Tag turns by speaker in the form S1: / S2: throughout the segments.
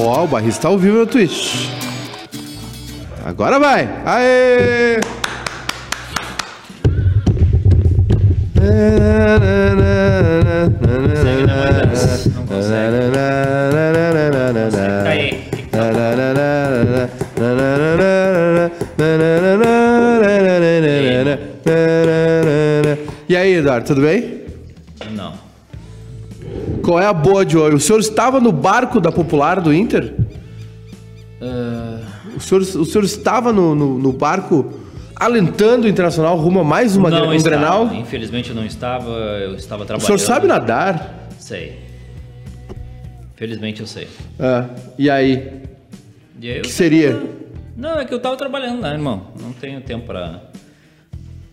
S1: Ó, o barrista tá ao vivo no Twitch. Agora vai! Aê!
S2: Não consegue. Aí.
S1: E aí, Eduardo, tudo bem?
S2: Não.
S1: Qual é a boa de hoje? O senhor estava no barco da Popular do Inter?
S2: É.
S1: O senhor, o senhor estava no, no- no barco alentando o Internacional rumo a mais uma
S2: não
S1: gre- um
S2: estava.
S1: Grenal?
S2: Infelizmente eu não estava, eu estava
S1: O
S2: trabalhando.
S1: senhor sabe nadar?
S2: Sei. Felizmente eu sei.
S1: Ah, e aí?
S2: E aí
S1: O
S2: eu-
S1: que seria?
S2: Não, é que eu tava trabalhando, né, irmão? Não tenho tempo pra,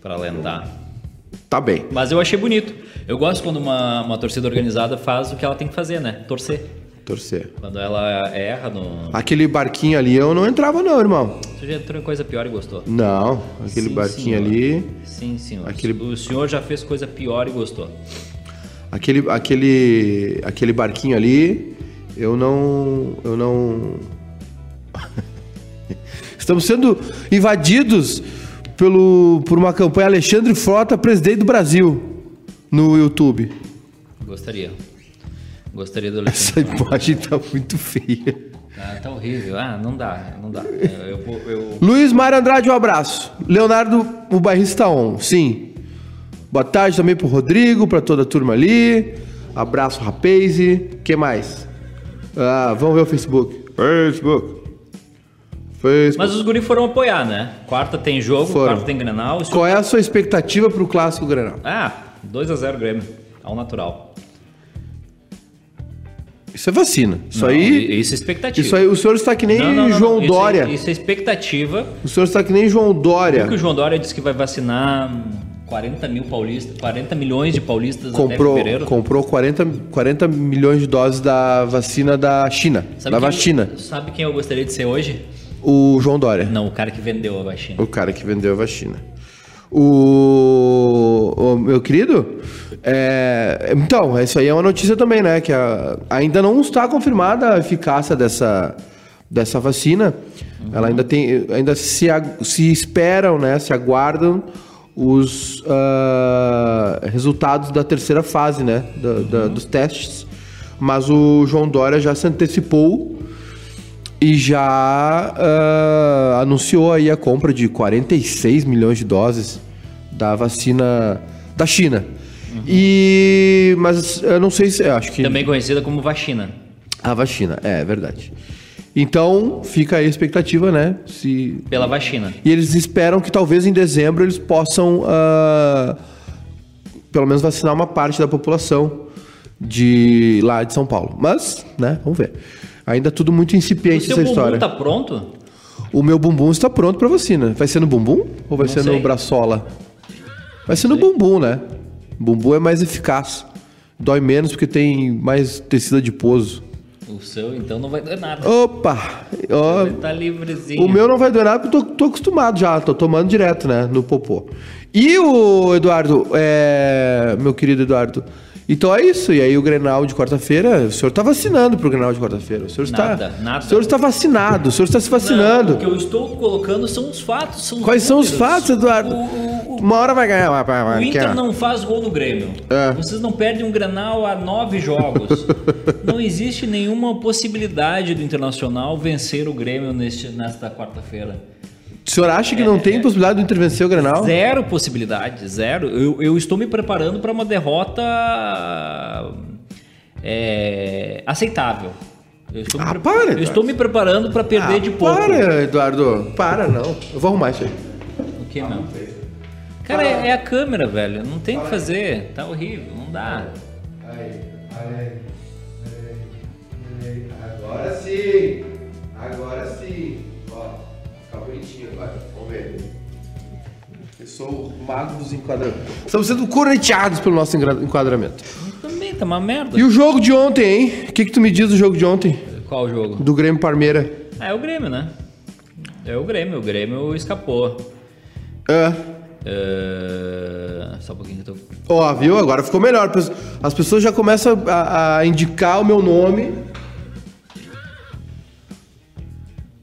S2: pra lendar.
S1: Tá bem.
S2: Mas eu achei bonito. Eu gosto quando uma, uma torcida organizada faz o que ela tem que fazer, né? Torcer.
S1: Torcer.
S2: Quando ela erra no.
S1: Aquele barquinho ali eu não entrava, não, irmão.
S2: Você já entrou em coisa pior e gostou.
S1: Não, aquele
S2: Sim,
S1: barquinho
S2: senhor.
S1: ali.
S2: Sim, senhor.
S1: Aquele-
S2: O senhor já fez coisa pior e gostou.
S1: Aquele, aquele, aquele barquinho ali, eu não. Eu não. Estamos sendo invadidos pelo, por uma campanha Alexandre Frota, presidente do Brasil, no YouTube.
S2: Gostaria. Gostaria do
S1: Essa
S2: Alexandre.
S1: imagem tá muito feia.
S2: Ah, tá horrível. Ah, não dá, não dá. Eu, eu vou- eu-
S1: Luiz Mário Andrade, um abraço. Leonardo, o barrista on, sim. Boa tarde também pro Rodrigo, pra toda a turma ali. Abraço, rapaz. O que mais? Ah, vamos ver o Facebook. Facebook. Facebook.
S2: Mas os guri foram apoiar, né? Quarta tem jogo,
S1: Foram.
S2: quarta tem Grenal. isso-
S1: Qual é a sua expectativa pro Clássico Grenal?
S2: Ah, 2x0 Grêmio. Ao natural.
S1: Isso é vacina. Isso
S2: Não,
S1: aí...
S2: i- Isso é expectativa.
S1: Isso aí, o senhor está que nem
S2: Não, não, não,
S1: João
S2: não, isso é-
S1: Dória.
S2: Isso é, expectativa.
S1: O senhor está que nem João Dória.
S2: Porque o João Dória disse que vai vacinar 40 mil paulistas, 40 milhões de paulistas
S1: Comprou,
S2: até é fevereiro.
S1: comprou 40, 40 milhões de doses da vacina da China. da
S2: quem- é?
S1: vacina.
S2: Sabe quem eu gostaria de ser hoje?
S1: O João Dória.
S2: Não, o cara que vendeu a vacina.
S1: O cara que vendeu a vacina. O, o meu querido, é, então, isso aí é uma notícia também, né? Que a- ainda não está confirmada a eficácia dessa, dessa vacina. Ela ainda tem, ainda se, ag- se esperam, né? Se aguardam os ah, resultados da terceira fase, né? da- da- dos testes. Mas o João Dória já se antecipou e já ah, anunciou aí a compra de 46 milhões de doses da vacina da China. E mas eu não sei se eu acho que
S2: Também conhecida como vacina.
S1: a vacina, é, é verdade. Então, fica aí a expectativa, né? Se
S2: Pela vacina.
S1: e eles esperam que talvez em dezembro eles possam, ah, pelo menos, vacinar uma parte da população de lá de São Paulo. Mas, né, vamos ver. Ainda tudo muito
S2: O
S1: incipiente
S2: seu
S1: essa
S2: bumbum
S1: história.
S2: tá pronto?
S1: O meu bumbum está pronto para vacina. Vai ser no bumbum ou vai
S2: Não
S1: ser no
S2: sei.
S1: braçola? Vai ser no bumbum, né? Bumbum é mais eficaz. Dói menos porque tem mais tecido adiposo.
S2: O seu, então, não vai dar nada.
S1: Opa! Ó,
S2: Ele tá livrezinho.
S1: o meu não vai doer nada porque eu tô, tô acostumado já, tô tomando direto, né? No popô. E o Eduardo, é, meu querido Eduardo. Então é isso. E aí o Grenal de quarta-feira, o senhor tá vacinando pro Grenal de quarta-feira. O senhor
S2: Nada,
S1: está.
S2: nada.
S1: O senhor está vacinado, o senhor está se vacinando.
S2: Não, o que eu estou colocando são os fatos. São
S1: tá Quais são os
S2: números.
S1: fatos, Eduardo?
S2: O, o- o-
S1: Uma hora vai ganhar. Vai, vai,
S2: o
S1: vai,
S2: Inter
S1: quer?
S2: não faz gol do Grêmio.
S1: É.
S2: Vocês não perdem um Grenal há nove jogos. não existe nenhuma possibilidade do Internacional vencer o Grêmio neste, nesta quarta-feira.
S1: O senhor acha que não tem possibilidade de intervencer o Grenal?
S2: É, Zero possibilidade, zero. Eu, eu estou me preparando para uma derrota é, aceitável. Eu estou,
S1: Ah,
S2: me, pre-
S1: para,
S2: eu
S1: Eduardo.
S2: estou me preparando para perder
S1: Ah,
S2: de pouco.
S1: para, Eduardo. Para, não. Eu vou arrumar isso aí.
S2: O que, meu? Cara, é, é a câmera, velho. Não tem o que fazer. Tá horrível, não dá.
S1: Agora sim. Agora sim. Ó, fica bonitinho agora. Vamos ver. Eu sou o mago dos enquadramentos. Estamos sendo corneteados pelo nosso engra- enquadramento.
S2: Também tá uma merda.
S1: E o jogo de ontem, hein? O que, que tu me diz do jogo de ontem?
S2: Qual o jogo?
S1: Do Grêmio Parmeira?
S2: Ah, é o Grêmio, né? É o Grêmio. O Grêmio escapou.
S1: É.
S2: É, Só um pouquinho que eu tô
S1: Ó, viu? Agora ficou melhor. Pes- As pessoas já começam a, a indicar o meu nome.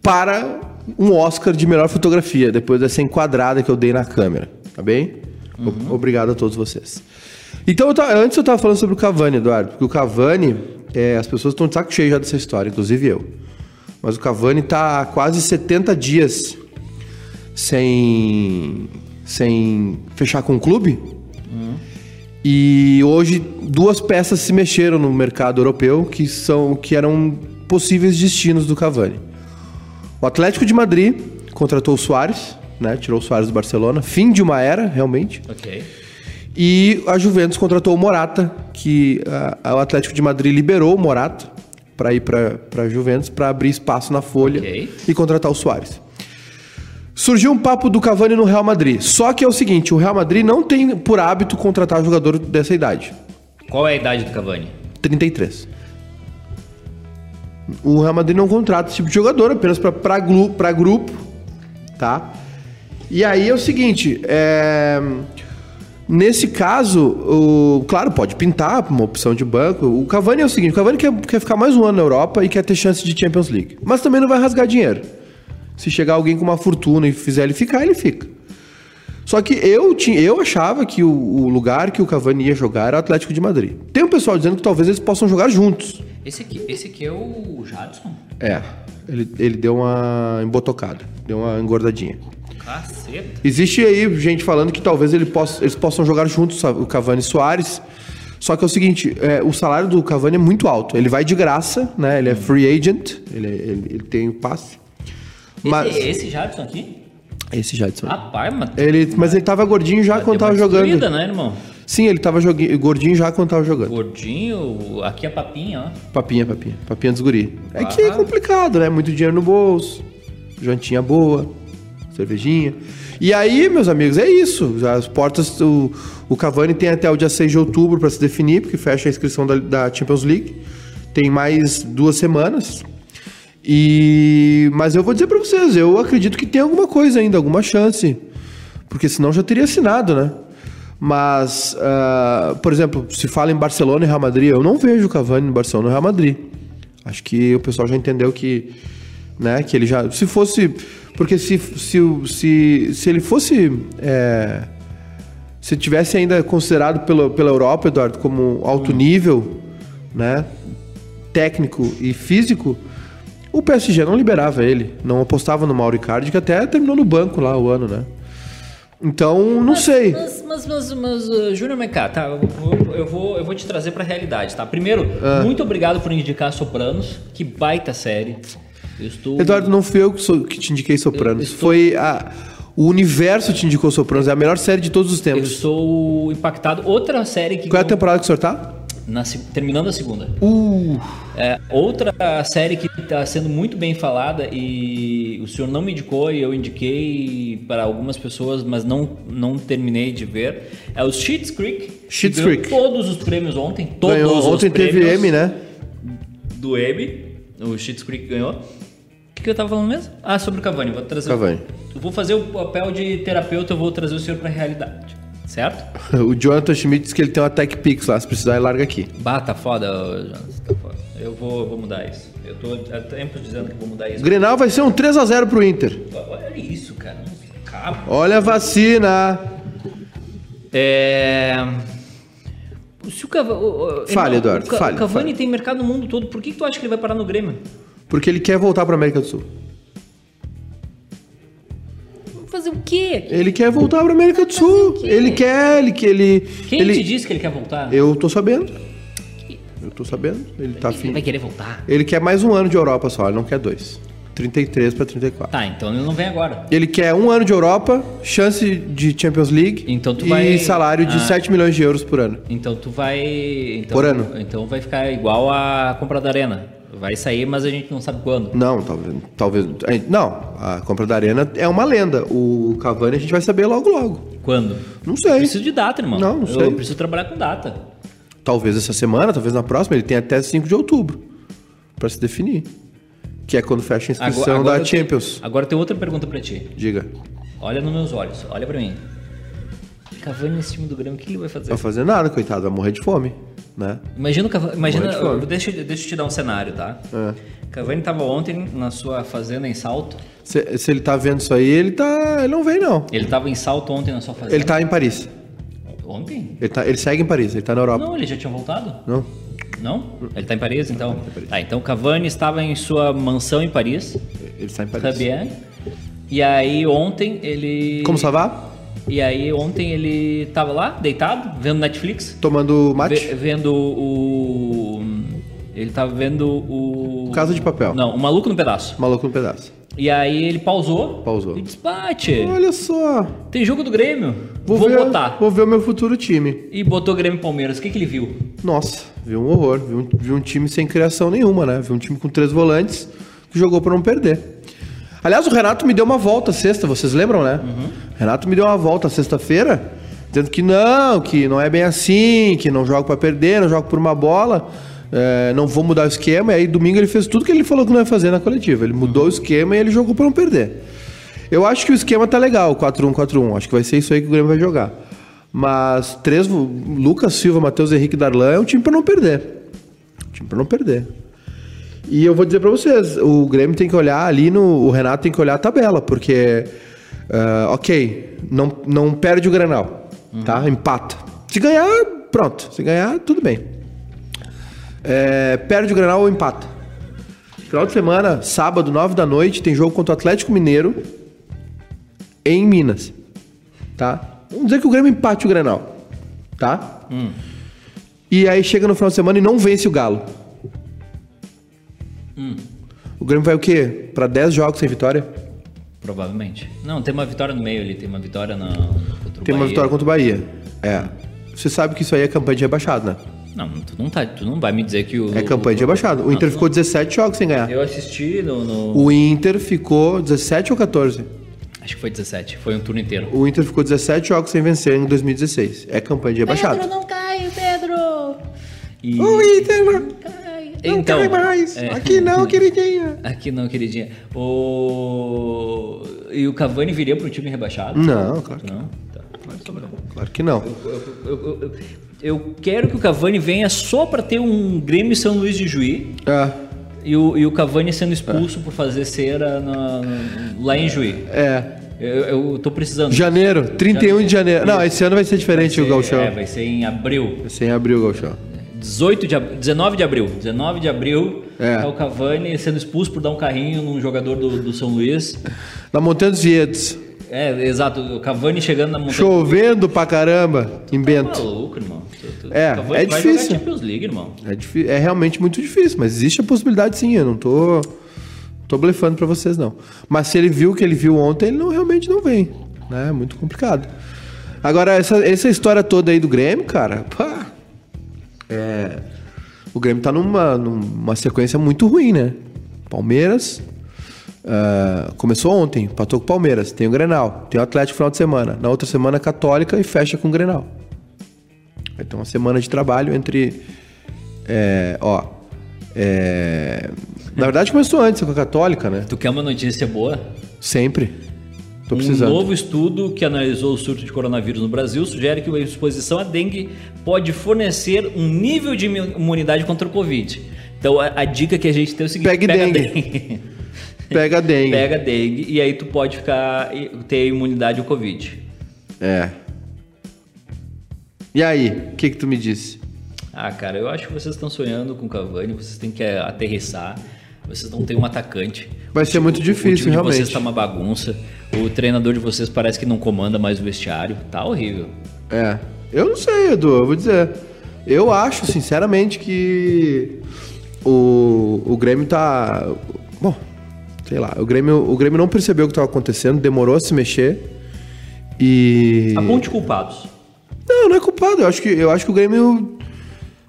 S1: para um Oscar de melhor fotografia, depois dessa enquadrada que eu dei na câmera, tá bem? O- Obrigado a todos vocês. Então, eu ta- antes eu tava falando sobre o Cavani, Eduardo, porque o Cavani, é, as pessoas estão de saco cheio já dessa história, inclusive eu. Mas o Cavani tá há quase 70 dias sem, sem fechar com o clube. E hoje duas peças se mexeram no mercado europeu que são que eram possíveis destinos do Cavani. O Atlético de Madrid contratou o Soares, né? Tirou o Soares do Barcelona, fim de uma era, realmente.
S2: Ok.
S1: E a Juventus contratou o Morata, que ah, o Atlético de Madrid liberou o Morata para ir para a Juventus para abrir espaço na folha
S2: Ok.
S1: e contratar o Soares. Surgiu um papo do Cavani no Real Madrid. Só que é o seguinte, o Real Madrid não tem por hábito contratar jogador dessa idade,
S2: Qual é a idade do Cavani?
S1: 33. O Real Madrid não contrata esse tipo de jogador, apenas para grupo, tá? E aí é o seguinte, é... Nesse caso, o... claro, pode pintar uma opção de banco. O Cavani é o seguinte, o Cavani quer, quer ficar mais um ano na Europa e quer ter chance de Champions League. Mas também não vai rasgar dinheiro. Se chegar alguém com uma fortuna e fizer ele ficar, ele fica. Só que eu, tinha, eu achava que o, o lugar que o Cavani ia jogar era o Atlético de Madrid. Tem um pessoal dizendo que talvez eles possam jogar juntos.
S2: Esse aqui, esse aqui é o Jadson?
S1: É, ele, ele deu uma embotocada, deu uma engordadinha.
S2: Caceta.
S1: Existe aí gente falando que talvez ele possa- eles possam jogar juntos, sa- o Cavani e Soares. Só que é o seguinte, é, o salário do Cavani é muito alto. Ele vai de graça, né? Ele é free agent, ele, ele- ele tem o passe. Mas...
S2: Esse, é esse Jadson aqui?
S1: Esse Jadson.
S2: Rapaz, mas...
S1: Ele, é mas ele tava gordinho já quando
S2: deu
S1: tava
S2: uma destruída,
S1: jogando.
S2: né, irmão?
S1: Sim, ele tava jogui- gordinho já quando tava jogando.
S2: Gordinho, aqui a papinha, ó.
S1: Papinha, papinha. Papinha dos guri. É que é
S2: Ah.
S1: complicado, né? Muito dinheiro no bolso, jantinha boa, cervejinha. E aí, meus amigos, é isso. As portas, o, o Cavani tem até o dia 6 de outubro para se definir, porque fecha a inscrição da, da Champions League. Tem mais duas semanas. E mas eu vou dizer para vocês, eu acredito que tem alguma coisa ainda, alguma chance, porque senão já teria assinado, né? Mas, ah, por exemplo, se fala em Barcelona e Real Madrid, eu não vejo o Cavani no Barcelona e Real Madrid. Acho que o pessoal já entendeu que, né, que ele já, se fosse, porque se se o- se, se ele fosse é, se tivesse ainda considerado pela, pela Europa, Eduardo, como alto
S2: Hum.
S1: nível, né? Técnico e físico, o PSG não liberava ele. Não apostava no Mauro Icardi, que até terminou no banco lá o ano, né? Então, não sei.
S2: Mas, mas, mas, mas uh, Júnior Mecá, tá, eu, vou- eu, vou, eu vou te trazer pra realidade, tá? Primeiro,
S1: Ah.
S2: muito obrigado por indicar Sopranos, que baita série. Eu estou...
S1: Eduardo, não fui eu que, sou- que te indiquei Sopranos.
S2: Eu estou-
S1: Foi a- o universo te indicou Sopranos. É a melhor série de todos os
S2: eu
S1: tempos.
S2: estou impactado. Outra série que...
S1: Qual é a temporada que o senhor tá?
S2: na se- terminando a segunda.
S1: Uh,
S2: É, outra série que está sendo muito bem falada e o senhor não me indicou e eu indiquei para algumas pessoas, mas não, não terminei de ver, é o Schitt's Creek. que
S1: Schitt's
S2: ganhou
S1: Creek.
S2: Todos os prêmios ontem. Todos
S1: ganhou.
S2: os
S1: Ontem
S2: prêmios
S1: teve M, né?
S2: do M. O Schitt's Creek ganhou. O que, que eu tava falando mesmo? Ah, sobre o Cavani. Vou trazer.
S1: Cavani.
S2: Eu vou fazer o papel de terapeuta, eu vou trazer o senhor para a realidade. Certo?
S1: O Jonathan Schmidt disse que ele tem uma Tech Pix lá. Se precisar, ele larga aqui.
S2: Bah, tá foda, ô, Jonas, tá foda. Eu vou, eu vou mudar isso. Eu tô há tempo dizendo que vou mudar isso.
S1: Grenal vai ser um 3x0 pro Inter.
S2: Olha isso, cara. Não acaba.
S1: Olha a vacina.
S2: É. Se o Cavani.
S1: Fale, Eduardo,
S2: O, Ca-
S1: fale,
S2: o Cavani
S1: fale.
S2: tem mercado no mundo todo. Por que, que tu acha que ele vai parar no Grêmio?
S1: Porque ele quer voltar pra América do Sul.
S2: Fazer o quê?
S1: Ele quer voltar pra América do Sul. Ele quer, ele que ele.
S2: Quem
S1: ele...
S2: te disse que ele quer voltar?
S1: Eu tô sabendo. Eu tô sabendo. Ele tá
S2: Ele
S1: afim.
S2: vai querer voltar.
S1: Ele quer mais um ano de Europa só, ele não quer dois. 33 pra 34.
S2: Tá, então ele não vem agora.
S1: Ele quer um ano de Europa, chance de Champions League
S2: Então tu
S1: e
S2: vai-
S1: salário de
S2: Ah.
S1: 7 milhões de euros por ano.
S2: Então tu vai. Então,
S1: Por ano.
S2: Então vai ficar igual a compra da Arena. Vai sair, mas a gente não sabe quando.
S1: Não, talvez. talvez é, não, a compra da Arena é uma lenda. O Cavani a gente vai saber logo logo.
S2: Quando?
S1: Não sei.
S2: Preciso de data, irmão.
S1: Não, não
S2: eu
S1: sei.
S2: preciso trabalhar com data.
S1: Talvez essa semana, talvez na próxima, ele tem até 5 de outubro pra se definir. Que é quando fecha a
S2: Agora-
S1: inscrição
S2: agora
S1: da
S2: eu tenho-
S1: Champions.
S2: agora tem outra pergunta pra ti.
S1: Diga.
S2: Olha nos meus olhos, olha pra mim. Cavani nesse time do Grêmio, o que ele vai fazer?
S1: Não vai fazer nada, coitado, vai morrer de fome. né?
S2: Imagina, o Cava- imagina
S1: Morrer de fome.
S2: eu- deixa, eu- deixa eu te dar um cenário, tá?
S1: É.
S2: Cavani estava ontem na sua fazenda em Salto.
S1: Se, se ele tá vendo isso aí, ele tá. Ele não vem, não.
S2: Ele estava em Salto ontem na sua fazenda.
S1: Ele tá em Paris.
S2: Ontem?
S1: Ele, tá, ele segue em Paris, ele tá na Europa.
S2: Não, ele já tinha voltado?
S1: Não.
S2: Não? Ele tá em Paris, então? Tá, então Cavani estava em sua mansão em Paris,
S1: Ele está em Paris.
S2: Rabian. E aí ontem ele...
S1: Como salvar?
S2: E aí ontem ele tava lá, deitado, vendo Netflix.
S1: Tomando mate?
S2: ve- vendo o... Ele tava vendo o...
S1: Casa de Papel.
S2: Não, O Maluco no Pedaço.
S1: Maluco no pedaço.
S2: E aí ele pausou.
S1: Pausou.
S2: E disse, "Pate,
S1: Olha só.
S2: tem jogo do Grêmio.
S1: Vou,
S2: Vou,
S1: ver,
S2: botar.
S1: Vou ver o meu futuro time.
S2: E botou Grêmio e Palmeiras. O que, que ele viu?
S1: Nossa, vi um horror. Vi um, vi um time sem criação nenhuma, né? Vi um time com três volantes que jogou pra não perder. Aliás, o Renato me deu uma volta sexta, vocês lembram, né? O Renato me deu uma volta sexta-feira, dizendo que não, que não é bem assim, que não jogo pra perder, não jogo por uma bola, é, não vou mudar o esquema. E aí, domingo, ele fez tudo que ele falou que não ia fazer na coletiva. Ele mudou o esquema e ele jogou pra não perder. Eu acho que o esquema tá legal, o 4-1-4-1. Acho que vai ser isso aí que o Grêmio vai jogar. Mas três, vo- Lucas Silva, Matheus Henrique e Darlan é um time pra não perder. Um time pra não perder. E eu vou dizer pra vocês, o Grêmio tem que olhar ali no. O Renato tem que olhar a tabela, porque. ah, ok, não, não perde o Granal, tá? Empata. Se ganhar, pronto. Se ganhar, tudo bem. É, perde o Granal ou empata. Final de semana, sábado, 9 da noite, tem jogo contra o Atlético Mineiro em Minas. Tá? Vamos dizer que o Grêmio empate o Grenal. Tá?
S2: Hum.
S1: E aí chega no final de semana e não vence o Galo.
S2: Hum.
S1: O Grêmio vai o quê? Pra 10 jogos sem vitória?
S2: Provavelmente. Não, tem uma vitória no meio ali, tem uma vitória na. Contra o
S1: Tem uma
S2: Bahia.
S1: vitória contra o Bahia. É. Você sabe que isso aí é campanha de rebaixado, né?
S2: Não, tu não, tá, tu não vai me dizer que o.
S1: É campanha de rebaixado. O
S2: Ah.
S1: Inter ficou 17 jogos sem ganhar.
S2: Eu assisti no. no-
S1: O Inter ficou 17 ou 14?
S2: Acho que foi 17, foi um turno inteiro.
S1: O Inter ficou 17 jogos sem vencer em 2016. É campanha de rebaixado.
S2: não cai, Pedro! E...
S1: Inter não
S2: cai, então, é.
S1: queridinha.
S2: Aqui não, queridinha. O... E o Cavani viria pro time rebaixado?
S1: Não, claro que
S2: Não? Tá. Claro que não.
S1: Claro que não.
S2: Eu, eu- eu- eu quero que o Cavani venha só pra ter um Grêmio São Luís de Juiz
S1: É.
S2: e o, e o Cavani sendo expulso por fazer cera na- lá em Juiz.
S1: É.
S2: Eu, eu tô precisando.
S1: Janeiro, 31 de janeiro. Não, esse ano vai ser diferente o Gauchão.
S2: É, vai ser é, em abril.
S1: Vai ser em abril o Gauchão.
S2: 18 de ab... 19 de abril. 19 de abril
S1: É.
S2: é. o Cavani sendo expulso por dar um carrinho num jogador do, do São Luís.
S1: Na Montanha dos Vietos.
S2: É, exato. O Cavani chegando na montanha.
S1: Chovendo pra caramba em
S2: Tá
S1: Bento.
S2: maluco, irmão. Tu- tu-
S1: É,
S2: o Cavani
S1: é
S2: vai
S1: difícil.
S2: jogar Champions League, irmão.
S1: É, difí- é realmente muito difícil, mas existe a possibilidade sim. Eu não tô, tô blefando pra vocês, não. Mas se ele viu o que ele viu ontem, ele não, realmente não vem. Né? É muito complicado. Agora, essa, essa história toda aí do Grêmio, cara, pá, é, o Grêmio tá numa, numa sequência muito ruim, né? Palmeiras. ah, começou ontem, empatou com o Palmeiras, tem o Grenal, tem o Atlético no final de semana. Na outra semana, Católica e fecha com o Grenal. Vai ter uma semana de trabalho entre. é, ó. é,
S2: Hum.
S1: na verdade começou antes com a Católica, né?
S2: Tu quer uma notícia boa?
S1: Sempre. Tô
S2: Um
S1: precisando.
S2: novo estudo que analisou o surto de coronavírus no Brasil sugere que a exposição à dengue pode fornecer um nível de imu- imunidade contra o Covid. Então a, a dica que a gente tem é o seguinte:
S1: Pegue
S2: pega
S1: dengue.
S2: dengue.
S1: Pega a dengue.
S2: pega dengue e aí tu pode ficar e- ter imunidade ao Covid.
S1: É. E aí, o que, que tu me disse?
S2: Ah, cara, eu acho que vocês estão sonhando com o Cavani, vocês têm que é, aterrissar, vocês não têm um atacante.
S1: Vai ser muito
S2: o
S1: difícil,
S2: time de
S1: realmente.
S2: vocês tá uma bagunça, o treinador de vocês parece que não comanda mais o vestiário, tá horrível.
S1: É. Eu não sei, Edu, eu vou dizer. Eu acho, sinceramente, que o, o Grêmio tá. Bom, sei lá. O Grêmio, o Grêmio não percebeu o que estava acontecendo, demorou a se mexer. E.
S2: Aponte culpados.
S1: Não, não é culpado. Eu acho que, eu acho que o Grêmio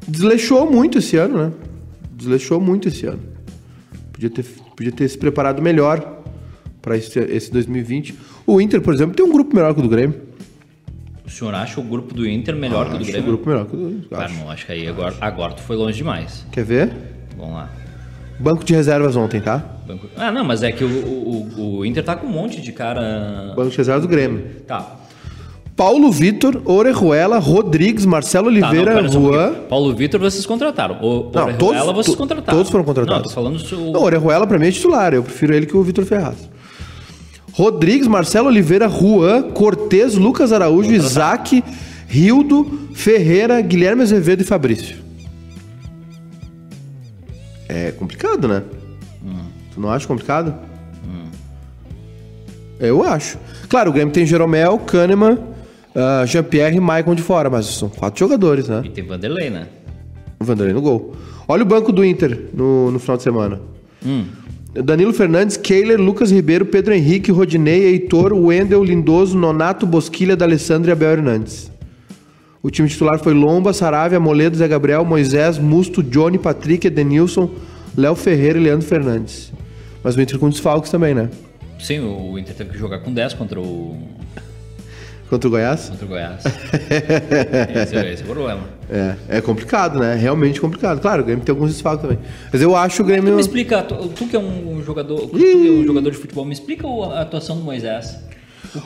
S1: desleixou muito esse ano, né? Desleixou muito esse ano. Podia ter, podia ter se preparado melhor para esse, esse 2020. O Inter, por exemplo, tem um grupo melhor que o do Grêmio.
S2: O senhor acha o grupo do Inter melhor que o do
S1: Acho
S2: Grêmio?
S1: um grupo melhor que o do
S2: Ah,
S1: acho.
S2: não, acho que aí agora, agora tu foi longe demais.
S1: Quer ver?
S2: Vamos lá.
S1: Banco de reservas ontem, tá?
S2: Banco- Ah, não, mas é que o, o- o- o Inter tá com um monte de cara.
S1: Banco de reservas do Grêmio.
S2: Tá.
S1: Paulo Vitor, Orejuela, Rodrigues, Marcelo Oliveira,
S2: pera só um
S1: Juan.
S2: pouquinho. Paulo Vitor vocês contrataram. O,
S1: Não,
S2: Orejuela
S1: todos-
S2: vocês
S1: to-
S2: contrataram.
S1: todos foram contratados.
S2: Não, tô falando se o-
S1: Não, o Orejuela pra mim é titular, eu prefiro ele que o Vitor Ferraz. Rodrigues, Marcelo Oliveira, Juan, Cortez, Lucas Araújo, Isaac, Rildo, Ferreira, Guilherme Azevedo e Fabrício. É complicado, né? Tu não acha complicado? Eu acho. Claro, o Grêmio tem Jeromel, Kahneman, ah, Jean-Pierre e Maicon de fora, mas são quatro jogadores, né?
S2: E tem Vanderlei, né?
S1: O Vanderlei no gol. Olha o banco do Inter no, no final de semana. Danilo Fernandes, Keiler, Lucas Ribeiro, Pedro Henrique, Rodinei, Heitor, Wendel, Lindoso, Nonato, Bosquilha, D'Alessandro e Abel Hernandes. O time titular foi Lomba, Saravia, Moledo, Zé Gabriel, Moisés, Musto, Johnny, Patrick, Edenilson, Léo Ferreira e Leandro Fernandes. Mas o Inter com desfalques também, né?
S2: Sim, o Inter teve que jogar com 10 contra o,
S1: Contra o Goiás?
S2: contra o Goiás. esse, esse é o problema.
S1: É, é complicado, né? Realmente complicado. Claro, o Grêmio tem alguns desfalques também. Mas eu acho o Grêmio...
S2: Me explica, tu, tu que é um jogador, tu que é um jogador de futebol, me explica o- a atuação do Moisés.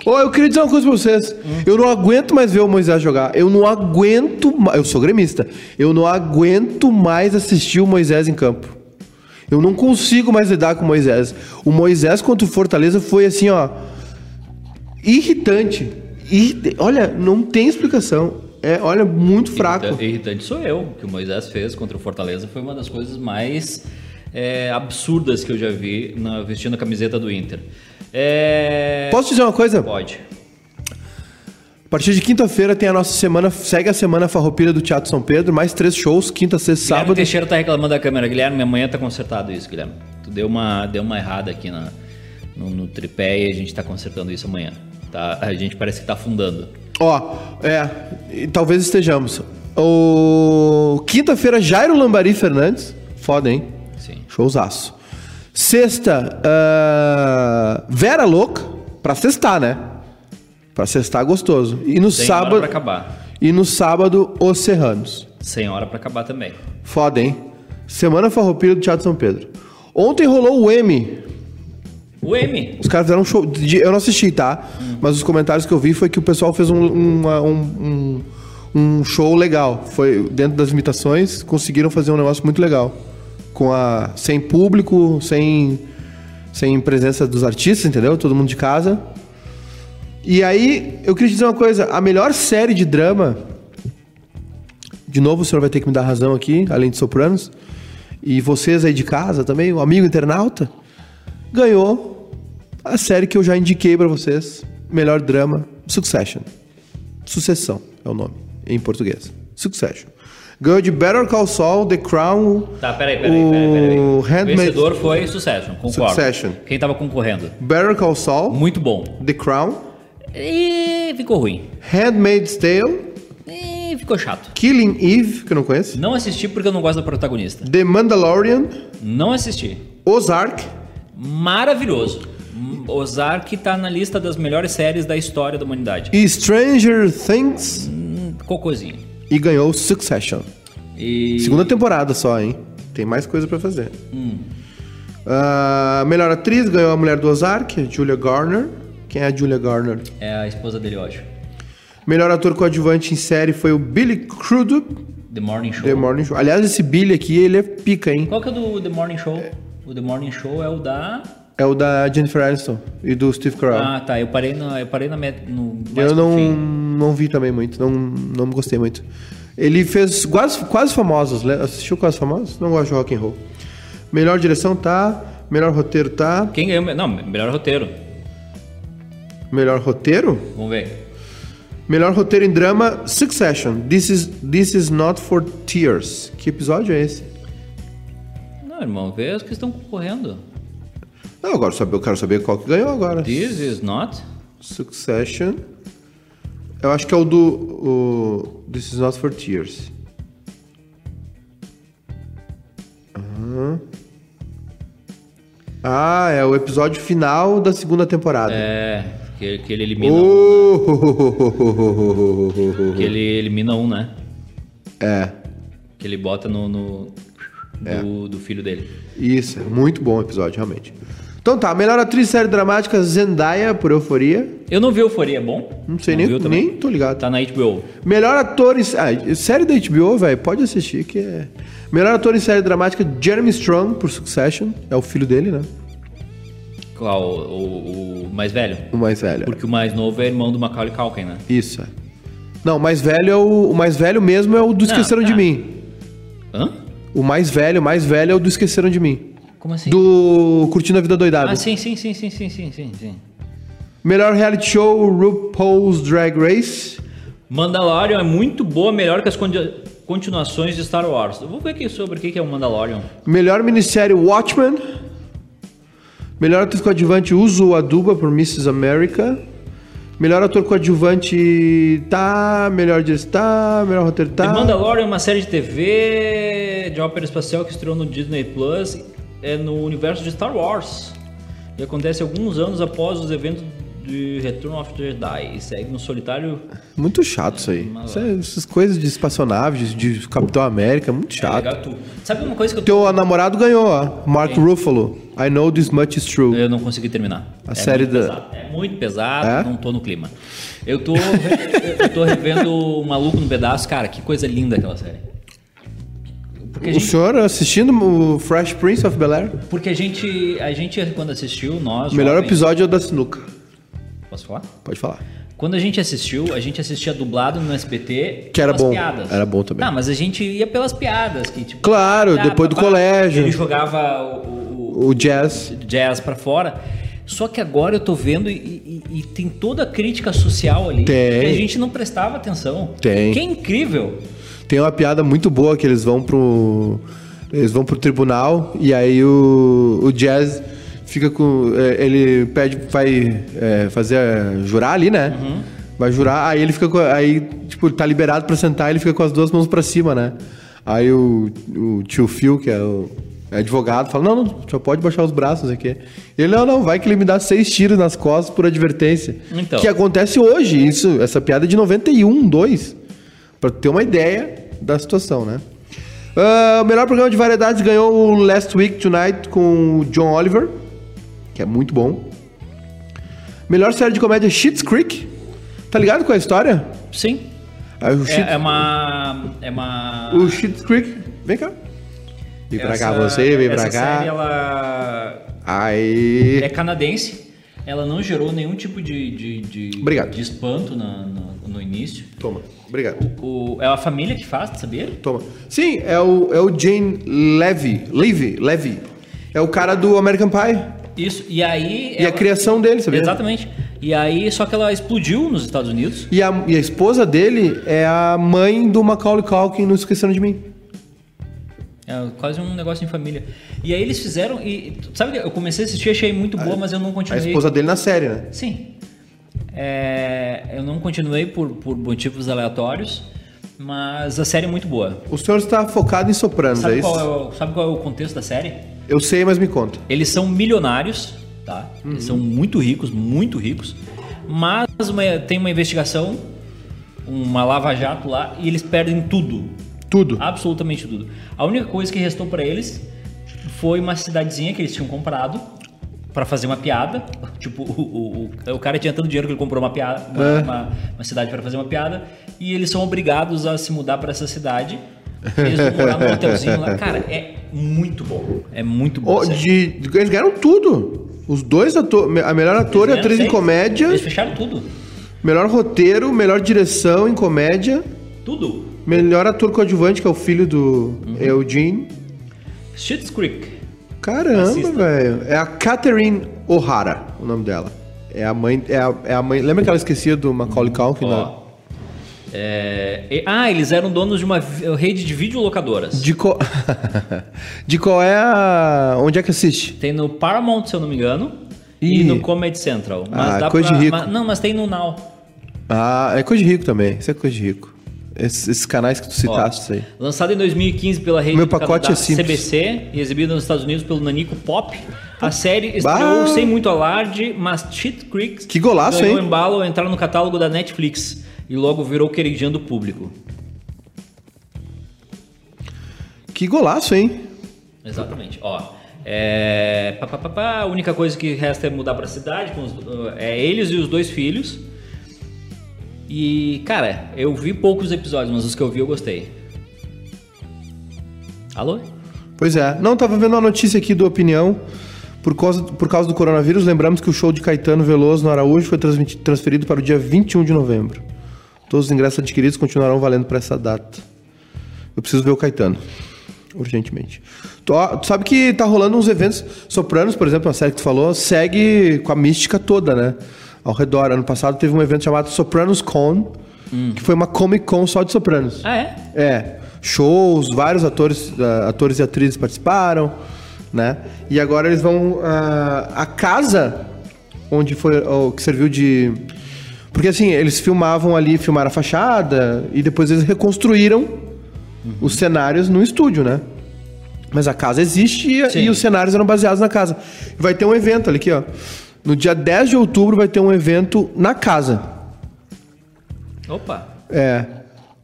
S1: Ô, eu queria dizer uma coisa pra vocês. Eu não aguento mais ver o Moisés jogar. Eu não aguento. ma- Eu sou gremista. Eu não aguento mais assistir o Moisés em campo. Eu não consigo mais lidar com o Moisés. O Moisés contra o Fortaleza foi assim, ó. Irritante. Irrita- Olha, não tem explicação. É, olha, muito fraco.
S2: Irrita- Irritante sou eu. O que o Moisés fez contra o Fortaleza foi uma das coisas mais é, absurdas que eu já vi na- vestindo a camiseta do Inter. É,
S1: Posso dizer uma coisa?
S2: Pode.
S1: A partir de quinta-feira tem a nossa semana. Segue a semana farroupilha do Teatro São Pedro. Mais três shows, quinta, sexta,
S2: Guilherme
S1: sábado.
S2: Teixeira tá reclamando da câmera. Guilherme, amanhã tá consertado isso, Guilherme. Tu deu uma, deu uma errada aqui na, no, no tripé e a gente tá consertando isso amanhã. Tá? A gente parece que tá afundando.
S1: Ó, é, e talvez estejamos. O quinta-feira Jairo Lambari Fernandes, foda, hein?
S2: Sim.
S1: Showzaço. Sexta, ah, Vera Louca, pra sextar, né? Pra sextar gostoso. E no
S2: Sem hora
S1: sábado
S2: pra acabar.
S1: e no sábado Os Serranos.
S2: Sem hora pra acabar também.
S1: Foda, hein? Semana Farroupilha do Teatro São Pedro. Ontem rolou o M.
S2: O M.
S1: Os caras fizeram um show. de- Eu não assisti, tá? Mas os comentários que eu vi foi que o pessoal fez um, uma- um, um, um show legal. Foi dentro das limitações, conseguiram fazer um negócio muito legal. Com a. Sem público, sem. Sem presença dos artistas, entendeu? Todo mundo de casa. E aí, eu queria te dizer uma coisa: a melhor série de drama. De novo, o senhor vai ter que me dar razão aqui, além de Sopranos. E vocês aí de casa também, o amigo internauta. Ganhou a série que eu já indiquei pra vocês: melhor drama, Succession. Sucessão é o nome, em português. Succession. Ganhou de Better Call Saul, The Crown.
S2: Tá, peraí, peraí, peraí. peraí.
S1: O
S2: O
S1: Handmaid's-
S2: vencedor foi Succession, concordo.
S1: Succession.
S2: Quem tava concorrendo?
S1: Better Call Saul,
S2: Muito bom.
S1: The Crown,
S2: E ficou ruim.
S1: Handmaid's Tale,
S2: E ficou chato.
S1: Killing Eve, que eu não conheço,
S2: Não assisti porque eu não gosto da protagonista.
S1: The Mandalorian,
S2: Não assisti.
S1: Ozark,
S2: Maravilhoso. Hum, Ozark tá na lista das melhores séries da história da humanidade.
S1: e Stranger Things
S2: Hum, Cocôzinho.
S1: e ganhou Succession.
S2: E...
S1: Segunda temporada só, hein? Tem mais coisa pra fazer. Ah, melhor atriz ganhou a mulher do Ozark, Julia Garner. Quem é a Julia Garner?
S2: É a esposa dele hoje.
S1: Melhor ator coadjuvante em série foi o Billy Crudup,
S2: The Morning Show.
S1: The Morning Show. Aliás, esse Billy aqui, ele é pica, hein?
S2: Qual que é do The Morning Show? O The Morning Show é o da...
S1: É o da Jennifer Aniston e do Steve Carell.
S2: Ah, tá. Eu parei na, eu parei na met... no mais
S1: Eu
S2: pro
S1: não,
S2: fim.
S1: não vi também muito, não, não me gostei muito. Ele fez quase, quase famosos, le- assistiu quase famosos? Não gosto de rock and roll. Melhor direção tá, melhor roteiro tá,
S2: Quem ganhou? Não, melhor roteiro.
S1: melhor roteiro?
S2: Vamos ver.
S1: Melhor roteiro em drama, Succession. This is, this is not for tears. Que episódio é esse?
S2: Não, irmão, vê os que estão concorrendo.
S1: Não, agora eu saber- eu quero saber qual que ganhou agora.
S2: This is not.
S1: Succession. Eu acho que é o do. O, This is not for tears. Aham. Ah, é o episódio final da segunda temporada.
S2: É. Que, que ele elimina.
S1: Oh!
S2: Que ele elimina um, né?
S1: É,
S2: Que ele bota no. no- do, do filho dele.
S1: é isso, é muito bom o episódio, realmente. Então tá, melhor atriz série dramática, Zendaya, por Euforia.
S2: Eu não vi Euforia, é bom?
S1: Não sei
S2: viu
S1: nem,
S2: também?
S1: nem tô ligado.
S2: Tá na HBO.
S1: Melhor ator em... Ah, série da HBO, velho, pode assistir que é... Melhor ator em série dramática, Jeremy Strong, por Succession. É o filho dele, né?
S2: Qual? O, o mais velho?
S1: O mais velho.
S2: Porque o mais novo é irmão do Macaulay Culkin, né?
S1: Isso, é. Não, o mais velho é o... O mais velho mesmo é o do
S2: Não,
S1: Esqueceram de
S2: ah.
S1: Mim.
S2: Hã?
S1: O mais velho, o mais velho é o do Esqueceram de Mim.
S2: Como assim?
S1: Do Curtindo a Vida Doidado.
S2: Ah, sim, sim, sim, sim, sim, sim, sim, sim.
S1: Melhor reality show, RuPaul's Drag Race.
S2: Mandalorian é muito boa, melhor que as condi- continuações de Star Wars. Eu vou ver aqui sobre o que que é o Mandalorian.
S1: Melhor minissérie, Watchmen. Melhor ator coadjuvante, Uso Aduba por Mrs. America. Melhor ator coadjuvante, tá. Melhor diretor, tá. Melhor roteiro,
S2: The
S1: tá.
S2: Mandalorian é uma série de TV de ópera espacial que estreou no Disney Plus é no universo de Star Wars e acontece alguns anos após os eventos de Return of the Jedi e segue no solitário
S1: Muito chato isso aí. Isso é- essas coisas de espaçonaves, de, de Capitão América, muito chato.
S2: Gato. É Sabe uma coisa que eu,
S1: Teu namorado ganhou, ó. Mark Ruffalo. I know this much is true.
S2: eu não consegui terminar?
S1: A série
S2: muito
S1: da-
S2: pesado, é muito pesado,
S1: É?
S2: não tô no clima. Eu tô, eu tô revendo o Maluco no Pedaço, cara, que coisa linda aquela série. Porque a
S1: O
S2: gente
S1: senhor assistindo o Fresh Prince of Bel Air?
S2: Porque a gente, a gente quando assistiu, nós.
S1: Melhor
S2: jovens-
S1: episódio é o da Sinuca.
S2: Posso falar?
S1: Pode falar.
S2: Quando a gente assistiu, a gente assistia dublado no SBT.
S1: Que era
S2: pelas
S1: bom.
S2: Piadas.
S1: Era bom também.
S2: Ah, mas a gente ia pelas piadas. Que, tipo,
S1: Claro, depois do colégio.
S2: Ele jogava o, o-
S1: O Jazz.
S2: o jazz pra fora. Só que agora eu tô vendo e, e- e tem toda a crítica social ali.
S1: Tem.
S2: Que a gente não prestava atenção.
S1: Tem.
S2: Que é incrível.
S1: Tem uma piada muito boa que eles vão pro. Eles vão pro tribunal e aí o, o Jazz fica com. é, Ele pede, vai é, fazer. é, jurar ali, né? Vai jurar, aí ele fica com. Aí, tipo, ele tá liberado pra sentar ele fica com as duas mãos pra cima, né? Aí o, o tio Phil, que é o é advogado, fala: não, não, só pode baixar os braços aqui. Ele, não, não, vai que ele me dá seis tiros nas costas por advertência.
S2: Então.
S1: Que acontece hoje, isso, essa piada é de 91, 2. Pra ter uma ideia da situação, né? Ah, o melhor programa de variedades ganhou o Last Week Tonight com o John Oliver, que é muito bom. Melhor série de comédia Schitt's Creek. Tá ligado com a história?
S2: Sim.
S1: Ah, o, Schitt's,
S2: É, é uma. É uma.
S1: o Schitt's Creek. Vem cá. Vem pra cá você, vem pra
S2: essa
S1: cá.
S2: Série, ela
S1: Aí.
S2: é canadense. Ela não gerou nenhum tipo de, de, de-
S1: Obrigado.
S2: de espanto na- no, no início.
S1: Toma. Obrigado.
S2: O, é a família que faz, tu sabia?
S1: Toma. Sim, é o, é o Jane Levy. Levy, Levy. É o cara do American Pie.
S2: Isso. E aí.
S1: E a criação dele, sabia?
S2: É Exatamente. E aí, só que ela explodiu nos Estados Unidos.
S1: E a, e a esposa dele é a mãe do Macaulay Culkin no Esqueceram de Mim.
S2: É quase um negócio em família. E aí eles fizeram. E tu sabe que eu comecei a assistir, achei muito boa, mas eu não
S1: A
S2: continuei.
S1: esposa dele na série, né?
S2: Sim. É, eu não continuei por, por motivos aleatórios, mas a série é muito boa.
S1: O senhor está focado em Sopranos, é
S2: Sabe
S1: isso?
S2: qual é o- sabe qual é o contexto da série?
S1: Eu sei, mas me conta.
S2: Eles são milionários, tá? Eles são muito ricos, muito ricos. Mas uma- tem uma investigação, uma lava-jato lá, e eles perdem tudo. Ah,
S1: Tudo.
S2: Absolutamente tudo. A única coisa que restou pra eles foi uma cidadezinha que eles tinham comprado pra fazer uma piada. Tipo, o, o, o- o cara tinha tanto dinheiro que ele comprou uma piada, uma,
S1: É.
S2: uma- uma cidade pra fazer uma piada, e eles são obrigados a se mudar pra essa cidade. Eles vão morar num hotelzinho lá. Cara, é muito bom. É muito bom.
S1: Ó,
S2: sério.
S1: de, de- eles ganharam tudo. Os dois atores, a melhor ator e
S2: Fizeram
S1: atriz em
S2: seis.
S1: comédia,
S2: Eles fecharam tudo.
S1: melhor roteiro, melhor direção em comédia,
S2: Tudo.
S1: melhor ator coadjuvante, que é o filho do
S2: Uhum.
S1: é Eugene.
S2: Schitt's Creek.
S1: Caramba,
S2: Assista.
S1: velho. É a Catherine O'Hara, o nome dela. É a mãe. É a, é a mãe. Lembra que ela esquecia do Macaulay Culkin? né? na-
S2: Hum, Ó. É, e- ah, eles eram donos de uma vi- rede de videolocadoras.
S1: De qual. de qual é a. Onde é que assiste?
S2: Tem no Paramount, se eu não me engano. E,
S1: Ih.
S2: no Comedy Central. Mas
S1: Ah,
S2: dá
S1: coisa
S2: pra-
S1: de rico.
S2: mas- não, mas tem no Now.
S1: Ah, é coisa de rico também. Isso é coisa de rico. Esses, esses canais que tu
S2: Ó,
S1: citaste, isso aí.
S2: Lançado em 2015 pela rede
S1: Ah, Meu
S2: do Canadá
S1: pacote é simples.
S2: CBC e exibido nos Estados Unidos pelo Nanico Pop,
S1: Ah.
S2: a série estreou sem muito alarde, mas Cheat Creek
S1: Que golaço,
S2: ganhou
S1: hein?
S2: embalo ao entrar no catálogo da Netflix e logo virou queridinha do público.
S1: Que golaço, hein?
S2: Exatamente. Ó, É, pá, pá, pá, pá, a única coisa que resta é mudar pra cidade. Com os, é eles e os dois filhos. E, cara, eu vi poucos episódios, mas os que eu vi eu gostei. Alô?
S1: Pois é. Não, tava vendo uma notícia aqui do Opinião. Por causa, por causa do coronavírus, lembramos que o show de Caetano Veloso no Araújo foi transmiti- transferido para o dia 21 de novembro. Todos os ingressos adquiridos continuarão valendo para essa data. Eu preciso ver o Caetano. Urgentemente. Tu, ó, tu sabe que tá rolando uns eventos. Sopranos, por exemplo, a série que tu falou, segue com a mística toda, né? Ao redor. Ano passado teve um evento chamado Sopranos Con, que foi uma Comic Con só de Sopranos.
S2: Ah, é?
S1: É, shows, vários atores, ah, atores e atrizes participaram, né? E agora eles vão ah, a casa onde foi o que serviu de porque assim eles filmavam ali, filmaram a fachada e depois eles reconstruíram os cenários no estúdio, né? Mas a casa existe e,
S2: Sim.
S1: e os cenários eram baseados na casa. Vai ter um evento ali aqui, ó. No dia 10 de outubro vai ter um evento na casa.
S2: Opa.
S1: É.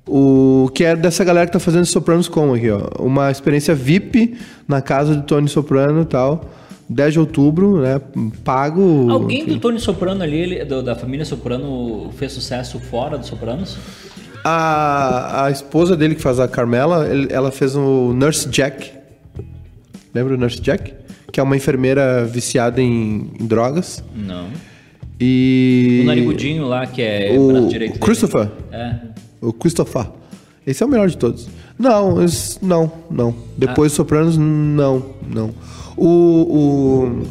S1: O que é dessa galera que tá fazendo Sopranos Com aqui, ó. Uma experiência VIP na casa do Tony Soprano e tal. 10 de outubro, né? Pago.
S2: Alguém do Tony Soprano ali, ele- do- da família Soprano, fez sucesso fora dos Sopranos?
S1: A, a esposa dele, que faz a Carmela, ele- ela fez o Nurse Jack. Lembra o Nurse Jack? Que é uma enfermeira viciada em, em drogas.
S2: Não.
S1: E.
S2: O narigudinho lá, que é
S1: O
S2: braço direito. dele.
S1: Christopher.
S2: É.
S1: O Christopher. Esse é o melhor de todos. Não, esse- não, não. Depois dos Sopranos, não, não. O, o-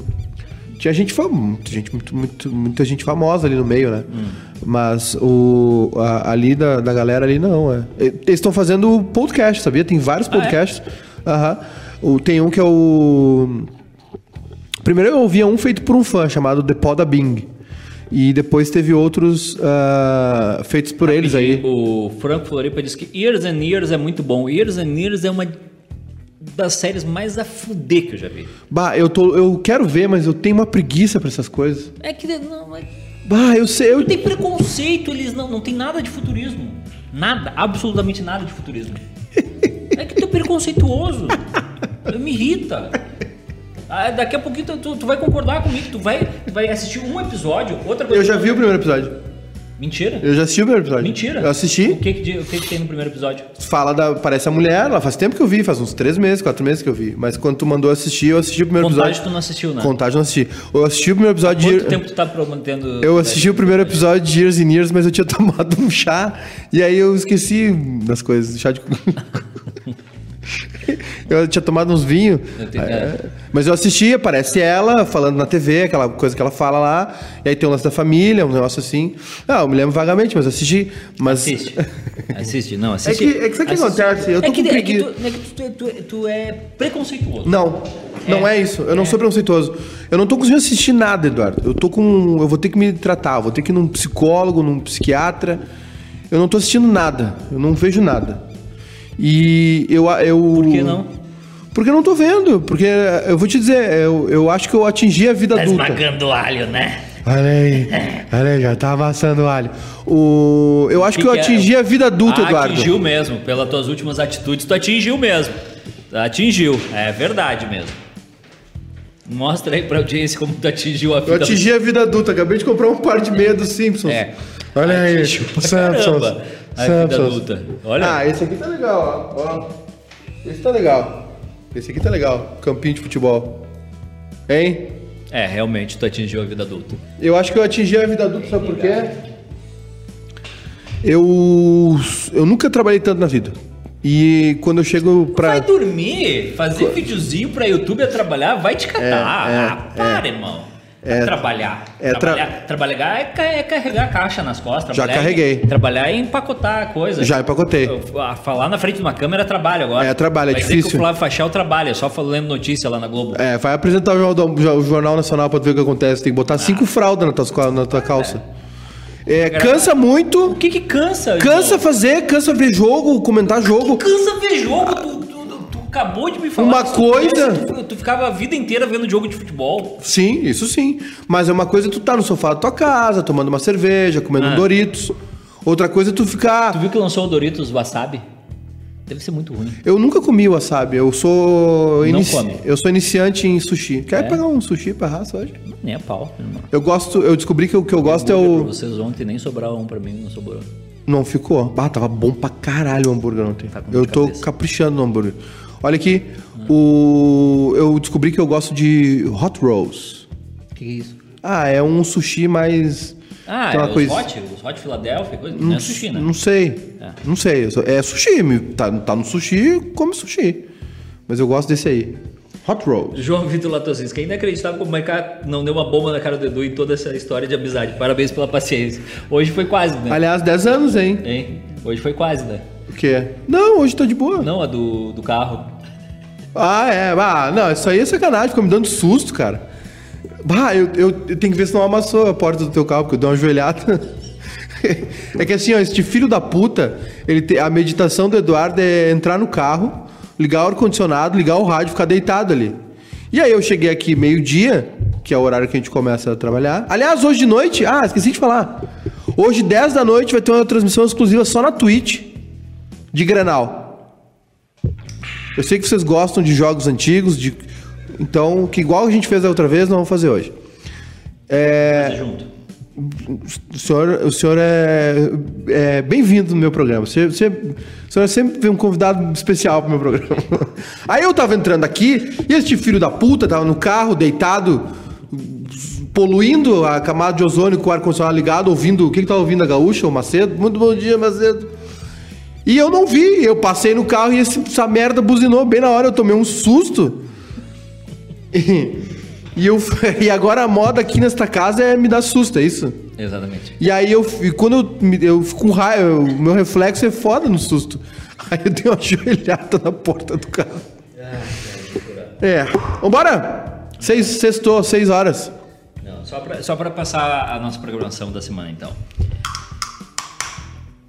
S1: Tinha gente, fam... muita gente muito, muito- muita gente famosa ali no meio, né? Mas o a- ali da, da galera ali não, é. E- Eles estão fazendo podcast, sabia? Tem vários podcasts. Aham. O- Tem um que é o Primeiro eu ouvia um feito por um fã chamado The Poda Bing. E depois teve outros ah, feitos por eles aí.
S2: O Franco Floripa disse que Years and Years é muito bom. Years and Years é uma das séries mais a fuder que eu já vi.
S1: Bah, eu, tô, eu quero ver, mas eu tenho uma preguiça pra essas coisas.
S2: É que não, é-
S1: Bah, eu sei. Eu...
S2: não tem preconceito, eles não, não tem nada de futurismo. Nada, absolutamente nada de futurismo. É que tu é preconceituoso. Me irrita. Ah, daqui a pouquinho tu, tu- tu vai concordar comigo, tu vai, tu vai assistir um episódio, outra coisa.
S1: Eu já vi o primeiro episódio.
S2: Mentira.
S1: Eu já assisti o primeiro episódio.
S2: Mentira.
S1: Eu assisti.
S2: O que, que, di- o que, que tem no primeiro episódio?
S1: Fala da. Parece a mulher, ela faz tempo que eu vi, faz uns três meses, quatro meses que eu vi. Mas quando tu mandou assistir, eu assisti o primeiro
S2: Contagem
S1: episódio.
S2: tu não assistiu, né?
S1: Contagem eu não assisti. Eu assisti o primeiro episódio
S2: Quanto
S1: de.
S2: tempo tu tá prometendo?
S1: Eu assisti o primeiro episódio de Years and Years, mas eu tinha tomado um chá e aí eu esqueci das coisas. Chá de. cu. eu tinha tomado uns vinhos.
S2: Eu tenho- é.
S1: aí- Mas eu assisti, aparece ela falando na TV, aquela coisa que ela fala lá. E aí tem o lance da família, um negócio assim. Ah, eu me lembro vagamente, mas eu assisti. Mas...
S2: Assiste. Assiste, não, assiste.
S1: É que- é que sabe o que
S2: Assiste.
S1: acontece? Eu tô
S2: é que,
S1: com
S2: é que,
S1: preguiça.
S2: tu, é que tu, tu- tu- tu é preconceituoso.
S1: Não, não é, isso. Eu não sou preconceituoso. Eu não tô conseguindo assistir nada, Eduardo. Eu tô com. um, Eu vou ter que me tratar, eu vou ter que ir num psicólogo, num psiquiatra. Eu não tô assistindo nada. Eu não vejo nada. E eu. eu Por
S2: que não?
S1: Porque eu não tô vendo. Porque eu vou te dizer, eu, eu acho que eu atingi a vida
S2: Tá
S1: adulta.
S2: esmagando alho, né?
S1: Olha aí, olha aí, já tá amassando o alho. O, eu acho que, Ah, eu
S2: é?
S1: atingi a vida adulta, Eduardo.
S2: Atingiu mesmo, pelas tuas últimas atitudes, tu atingiu mesmo. Atingiu, é verdade mesmo. Mostra aí pra audiência como tu atingiu a vida
S1: Eu atingi a vida adulta, acabei de comprar um par de meia dos Simpsons.
S2: Então- É.
S1: Olha aí.
S2: Atingiu pra caramba a vida adulta. Olha.
S1: Ah, esse aqui tá legal, ó. ó. Esse tá legal. Esse aqui tá legal. Campinho de futebol. Hein?
S2: É, realmente tu atingiu a vida adulta.
S1: Eu acho que eu atingi a vida adulta, sabe por quê? Eu. Eu nunca trabalhei tanto na vida. E quando eu chego pra.
S2: Vai dormir, fazer videozinho pra YouTube é trabalhar, vai te catar.
S1: É, é,
S2: ah, para, irmão. É,
S1: É.
S2: trabalhar.
S1: É tra-
S2: trabalhar, trabalhar é, ca- é carregar a caixa nas costas.
S1: Já
S2: trabalhar é-
S1: carreguei.
S2: trabalhar é empacotar a coisa.
S1: Já empacotei.
S2: Eu- ah, Falar na frente de uma câmera é trabalho agora.
S1: É, trabalho, é
S2: Vai dizer que
S1: difícil.
S2: o Flávio Fachal trabalha, só falando lendo notícia lá na Globo.
S1: É, vai apresentar o Jornal, o Jornal Nacional pra tu ver o que acontece. Tem que
S2: Ah.
S1: botar cinco fraldas na tua, escola- na tua calça. É, cansa muito.
S2: O que que cansa?
S1: Cansa
S2: irmão?
S1: fazer, cansa ver jogo, comentar jogo.
S2: Cansa ver jogo, tu... tu- tu- tu Acabou de me falar.
S1: Uma
S2: que tu-
S1: coisa-
S2: Tu, tu ficava a vida inteira vendo jogo de futebol.
S1: Sim, isso sim. Mas é uma coisa tu tá no sofá da tua casa, tomando uma cerveja, comendo um Doritos. Outra coisa é tu
S2: Tu
S1: ficar.
S2: viu que lançou o Doritos Wasabi? Deve ser muito ruim.
S1: Eu nunca comi wasabi, eu sou.
S2: Não
S1: inici-
S2: come.
S1: Eu sou iniciante em sushi. Quer
S2: É?
S1: pegar um sushi pra raça hoje?
S2: Nem a né, pau, irmão.
S1: Eu gosto, eu descobri que o que eu gosto é
S2: Hambúrguer
S1: o.
S2: Pra vocês ontem nem sobrava um pra mim, não sobrou.
S1: Não ficou? Ah, tava bom pra caralho o hambúrguer ontem.
S2: Tá com dor
S1: eu
S2: de
S1: tô
S2: cabeça.
S1: caprichando no hambúrguer. Olha aqui, o eu descobri que eu gosto de hot rolls.
S2: O que, que é isso?
S1: Ah, é um sushi mais
S2: Ah,
S1: tem
S2: é
S1: uma
S2: os
S1: coisa-
S2: hot, os hot Philadelphia, coisa, não é sushi, né?
S1: Não sei.
S2: Tá.
S1: Não sei. eu só- É sushi, me- tá, tá no sushi, come sushi. Mas eu gosto desse aí. Hot rolls.
S2: João Vitor Latossis, que é inacreditável como o Maiká não deu uma bomba na cara do Edu em toda essa história de amizade. Parabéns pela paciência. Hoje foi quase, né?
S1: Aliás, 10 anos, hein?
S2: Hein? Hoje foi quase, né?
S1: O quê? Não, hoje tá de boa.
S2: Não, a do, do carro.
S1: Ah, é. Ah, não, isso aí é sacanagem, ficou me dando susto, cara. Bah, eu, eu, eu tenho que ver se não amassou a porta do teu carro, porque eu dei uma joelhada. é que assim, ó, este filho da puta, ele te- a meditação do Eduardo é entrar no carro, ligar o ar-condicionado, ligar o rádio, ficar deitado ali. E aí eu cheguei aqui meio-dia, que é o horário que a gente começa a trabalhar. Aliás, hoje de noite, ah, esqueci de falar. Hoje, 10 da noite, vai ter uma transmissão exclusiva só na Twitch de Grenal. Eu sei que vocês gostam de jogos antigos, de... então, que igual a gente fez da outra vez, não vamos fazer hoje. É,
S2: Fazer Tá junto.
S1: o senhor, o senhor é, é bem-vindo no meu programa. Você, você- o senhor é sempre um convidado especial pro meu programa. Aí eu tava entrando aqui e este filho da puta tava no carro, deitado, poluindo a camada de ozônio com o ar-condicionado ligado, ouvindo. O que que tava ouvindo? A Gaúcha, o Macedo? Muito bom dia, Macedo. E eu não vi, eu passei no carro e esse- essa merda buzinou bem na hora, eu tomei um susto. E, e eu, e agora a moda aqui nesta casa é me dar susto, é isso?
S2: Exatamente.
S1: E aí eu fi- quando eu, me- eu fico com raiva, o meu reflexo é foda no susto. Aí eu dei uma joelhada na porta do carro. É. Vambora! Seis, sextou, seis horas.
S2: Não, só pra, só pra passar a nossa programação da semana, então.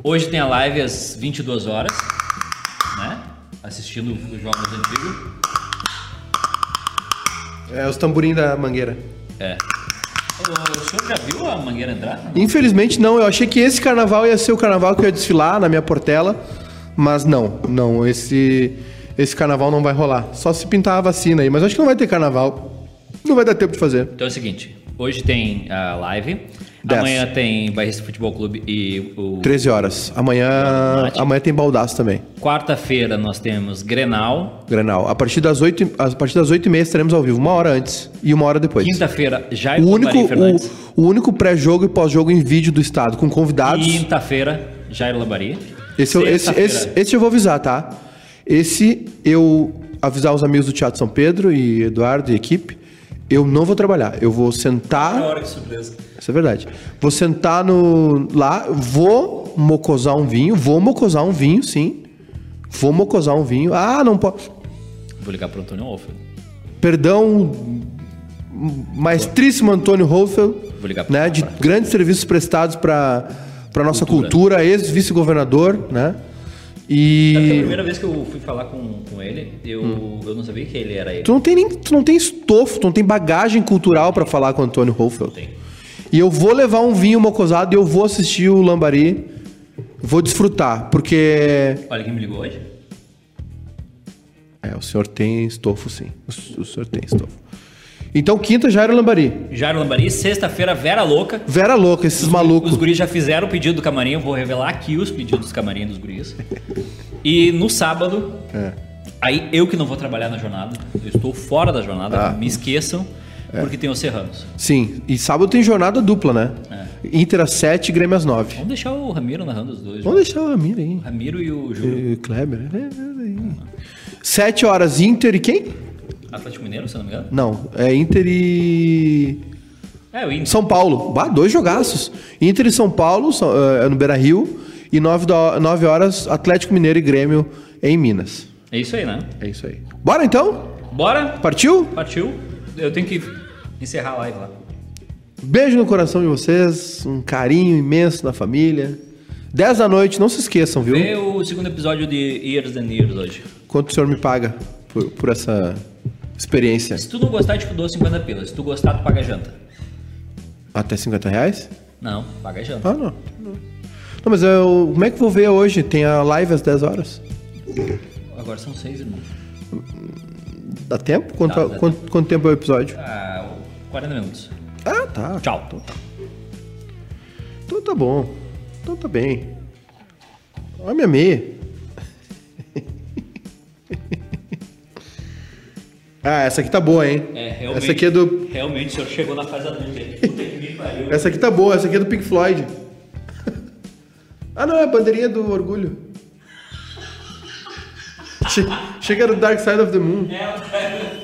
S2: Hoje tem a live às 22 horas, né? Assistindo os jogos antigos.
S1: É, os tamborim da mangueira.
S2: É. Ô, O senhor já viu a mangueira entrar?
S1: Infelizmente não, eu achei que esse carnaval ia ser o carnaval que eu ia desfilar na minha portela, mas não, não, esse esse carnaval não vai rolar. Só se pintar a vacina aí, mas acho que não vai ter carnaval. Não vai dar tempo de fazer.
S2: Então é o seguinte, hoje tem a live,
S1: Dez.
S2: amanhã tem Barrista Futebol Clube e o
S1: 13 horas. Amanhã, amanhã tem baldaço também.
S2: quarta-feira nós temos Grenal,
S1: Granal. A partir das 8, e- a partir das 8 e meia estaremos ao vivo, uma hora antes e uma hora depois.
S2: quinta-feira já
S1: o único, o, o único pré-jogo e pós-jogo em vídeo do estado, com convidados.
S2: Quinta-feira, Jair Labari.
S1: Esse, eu, esse,
S2: Sexta-feira,
S1: esse, esse eu vou avisar, tá? Esse eu avisar os amigos do Teatro São Pedro e Eduardo e equipe. Eu não vou trabalhar. Eu vou sentar.
S2: Olha a hora que surpresa.
S1: Isso é verdade. Vou sentar no lá, vou mocosar um vinho, vou mocosar um vinho, sim. Vou mocosar um vinho. Ah, não pode.
S2: Vou ligar pro Antônio Wolff.
S1: Perdão, maestríssimo Antônio Hofeld,
S2: Vou ligar pra-
S1: né, de grandes serviços prestados para para nossa cultura, ex-vice-governador, né?
S2: Então, A
S1: E
S2: primeira vez que eu fui falar com, com ele, eu,
S1: Hum.
S2: eu não sabia que ele era ele.
S1: tu não tem nem tu não tem estofo, tu não tem bagagem cultural para falar com Antônio Hofeld.
S2: Tem.
S1: E eu vou levar um vinho mocosado e eu vou assistir o Lambari, vou desfrutar, porque
S2: Olha quem me ligou hoje.
S1: é, o senhor tem estofo sim. O, o senhor tem estofo. Então quinta já era o Lambari.
S2: Jair Lambari, sexta-feira, Vera Louca.
S1: Vera louca esses malucos.
S2: Os guris já fizeram o pedido do camarim, eu vou revelar aqui os pedidos do camarim dos guris. E no sábado,
S1: É.
S2: aí eu que não vou trabalhar na jornada, eu estou fora da
S1: Ah.
S2: jornada, me esqueçam,
S1: É.
S2: porque tem os Serranos.
S1: Sim, e sábado tem jornada dupla, né? Inter às 7 e Grêmio às 9.
S2: Vamos deixar o Ramiro narrando os dois.
S1: Vamos deixar a mira aí.
S2: O Ramiro e o Júlio.
S1: E o Kleber. É, é, é. 7 horas Inter e quem?
S2: Atlético Mineiro, se eu não me engano.
S1: Não, é Inter e.
S2: É, o Inter.
S1: São Paulo. Bah, dois jogaços. Inter e São Paulo são- é, é no Beira Rio. E 9, horas Atlético Mineiro e Grêmio em Minas.
S2: É isso aí, né?
S1: É isso aí. Bora então?
S2: Bora?
S1: Partiu?
S2: Partiu. Eu tenho que encerrar a live lá.
S1: Beijo no coração de vocês. Um carinho imenso na família. 10 da noite, não se esqueçam, viu?
S2: Vê o segundo episódio de Years and Years hoje.
S1: Quanto o senhor me paga por, por essa experiência?
S2: Se tu não gostar, eu te dou 50 pilas. Se tu gostar, tu paga a janta.
S1: Até 50 reais?
S2: Não, paga a janta.
S1: Ah, não. Não, mas eu, como é que eu vou ver hoje? Tem a live às 10 horas.
S2: Agora são seis, irmão.
S1: Dá tempo? Quanto,
S2: Dá, dá
S1: quanto, quanto tempo é o episódio?
S2: Ah, 40 minutos.
S1: Ah, tá.
S2: Tchau.
S1: Então tá bom. Então tá bem. Olha minha meia. ah, essa aqui tá boa, hein?
S2: É, realmente.
S1: Essa aqui é do.
S2: Realmente, o senhor chegou na fase adulta. hein? Puta que me pariu.
S1: Essa aqui tá boa, essa aqui é do Pink Floyd. ah não, é a bandeirinha do orgulho. Che- Chega no Dark Side of the Moon.
S2: É,